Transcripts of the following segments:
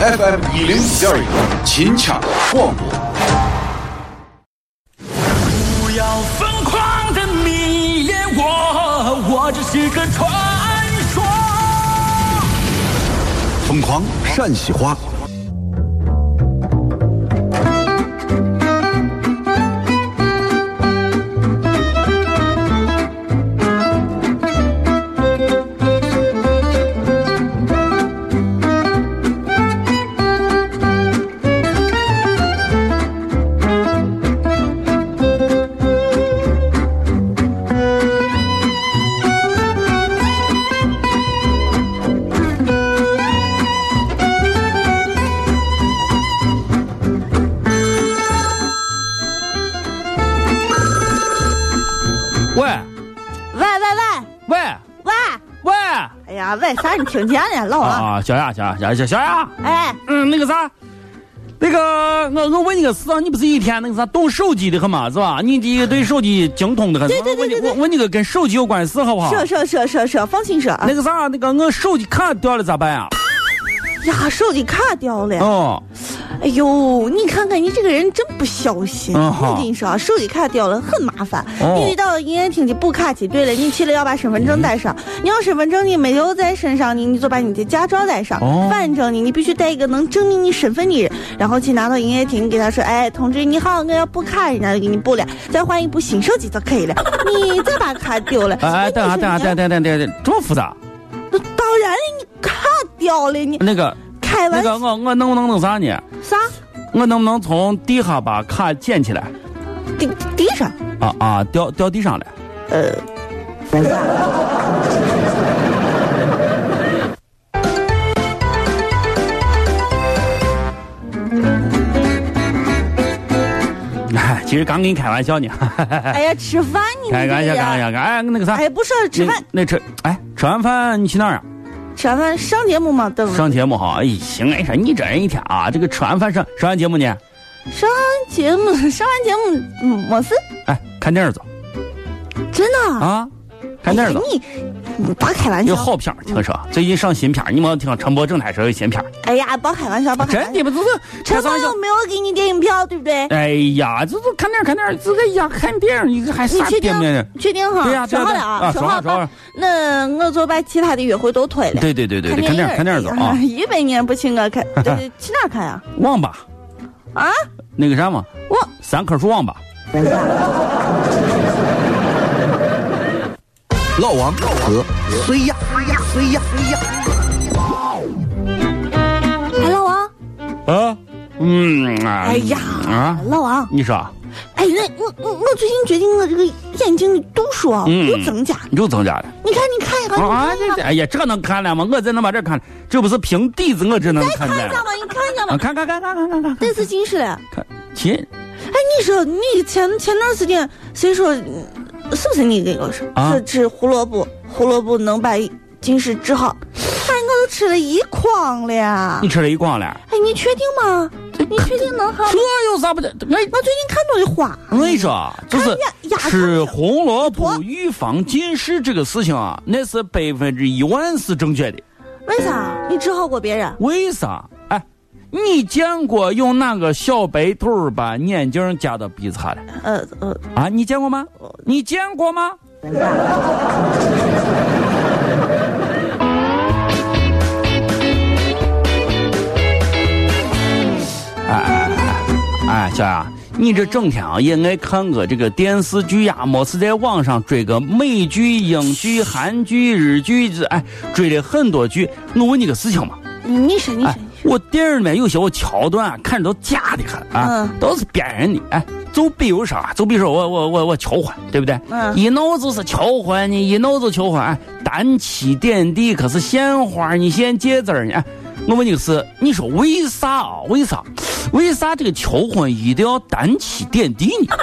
FM 一零五点一，秦腔广播。不要疯狂的迷恋我，我只是个传说。疯狂陕西话，喂喂喂喂喂喂！喂！哎呀，喂啥？你听见了，老王？啊，小雅，小雅，小雅，小雅，哎，嗯，那个啥，那个我我问你个事啊，你不是一天那个啥动手机的很嘛，是吧？你这对手机精通的很。对对对我对对问你我问你个跟手机有关的事好不好？说说说说说，放心说啊那！个啥，那个我手机卡掉了咋办呀？呀，手机卡掉了。哦，哎呦，你看看你这个人真不小心！嗯好我跟你说啊，手机卡掉了很麻烦。哦你遇到营业厅的补卡机，对了，你去了要把身份证带上。嗯你要身份证你没有在身上呢，你就把你的驾照带上哦。反正呢，你必须带一个能证明你身份的人，然后去拿到营业厅，给他说：“哎，同志你好，我要补卡，人家就给你补了，再换一部新手机就可 以了。你再把卡丢了，哎哎，你等下，说等下，你要等下，等下，等下，这么复杂？那当然，你卡掉了，你那个开嗯那玩个，笑我我能不能弄啥呢？啥？我能不能从地下把卡捡起来？地地上，啊啊，掉掉地上了。呃，哎， 其实刚跟你开玩笑 呢，哎呀，吃饭你开这个玩笑，开玩人，笑，哎，那个啥，哎，不说了吃饭，那那吃，哎，吃完饭你去哪儿啊？吃完饭上节目嘛，对不？上节目哈？哎，行，哎，说你这人一天啊，这个吃完饭上上完节目呢，上完节目， 上完节目嗯没事，哎，看电影走真的。哎啊，看电影走。你你别开玩有笑，好片儿，听说最近上新片儿，你没有听陈柏正台说有新片儿，啊哎呀，别开玩笑，别开真玩笑。的不就是开陈玩鹏笑又没有给你电影票，对不对？哎呀，这都看电影看电影，这个呀看电影，你这还你啥确定电影？确定哈？啊对呀，说对好呀了啊，说说好好说了好。。那我就把其他的约会都推了。对对对对对，看哎看电影看电影走啊，一百年不去我看，对对，去哪儿看呀？网吧啊，那个什么，我 三棵树网吧。老王和谁呀？哎，老王，啊，嗯，哎哎呀啊，老王，你说哎，那我我我最近决定我这个眼睛的度数啊嗯又增加，又增加了你看你看一下，啊！你这看一这下，哎呀，这能看了吗？我这能把这看，这不是平底子，我这能看看见一下了。吧，你看一下啊，吧，看看看看看看看这次近视了。看，亲哎，你说你前前段时间谁说嗯是不是你给我说啊说吃胡萝卜，胡萝卜能把近视治好？哎，我都吃了一筐了呀你！吃了一光了，哎，你确定吗？你确定能好吗？这有啥不得？哎，我最近看到的花，我跟你说啊，就是哎呀呀吃红萝卜预防近视这个事情啊，那是百分之一万是正确的。为啥你治好过别人？为啥？哎，你见过有哪个小白兔儿把眼镜夹到鼻子下来？呃呃，啊，你见过吗？你见过吗？哎哎哎哎，哎，小雅，你这整天啊也爱看个这个电视剧呀，没事在网上追个美剧、英剧、韩剧、日剧，这哎，追了很多剧。我问你个事情吧，你说你说哎，，我电影里面有些我桥段啊，看着都假的很啊，嗯都是编人的。哎，就比如说啊，就比如说我我我我求婚，对不对？嗯一闹就是求婚呢，一闹就求婚。哎，单膝点地可是献花，你献戒指呢。哎，我问你个事，你说为啥啊？为啥？为啥这个求婚一定要单膝点地呢？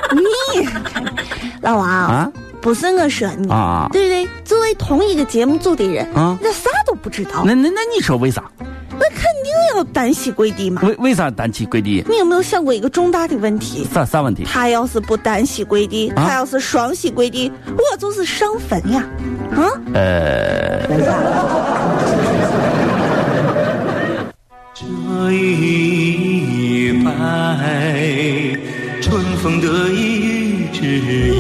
老王啊不是我说你，啊对不对？作为同一个节目组的人，啊！那啥都不知道，那那那你说为啥？那肯定要单膝跪地嘛。为为啥单膝跪地？你有没有想过一个重大的问题？啥啥问题？他要是不单膝跪地，啊他要是双膝跪地，我就是上坟呀！啊，呃，这一脉，春风得意之意。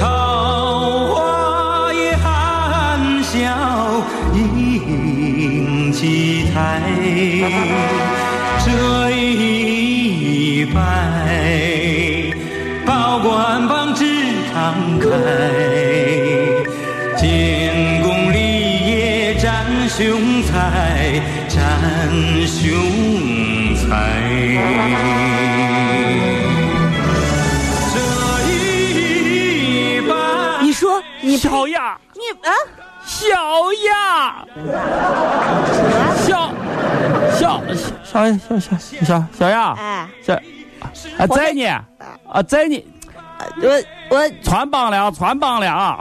桃花也含笑映几台，这一拜，保管棒之常开，建功立业展雄才，展雄才。这一拜。你说你不小样儿。你啊，小样，小小小小小小小样，哎，小啊我宰你啊宰你，我我穿帮了穿帮了啊！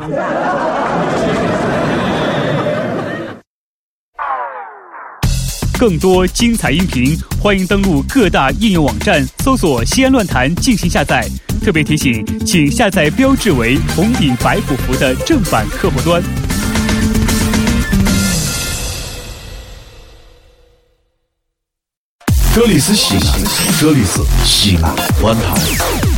更多精彩音频，欢迎登录各大应用网站搜索“西安论坛”进行下载。特别提醒，请下载标志为红顶白虎符的正版客户端。这里是西安，这里是西安，乱谈。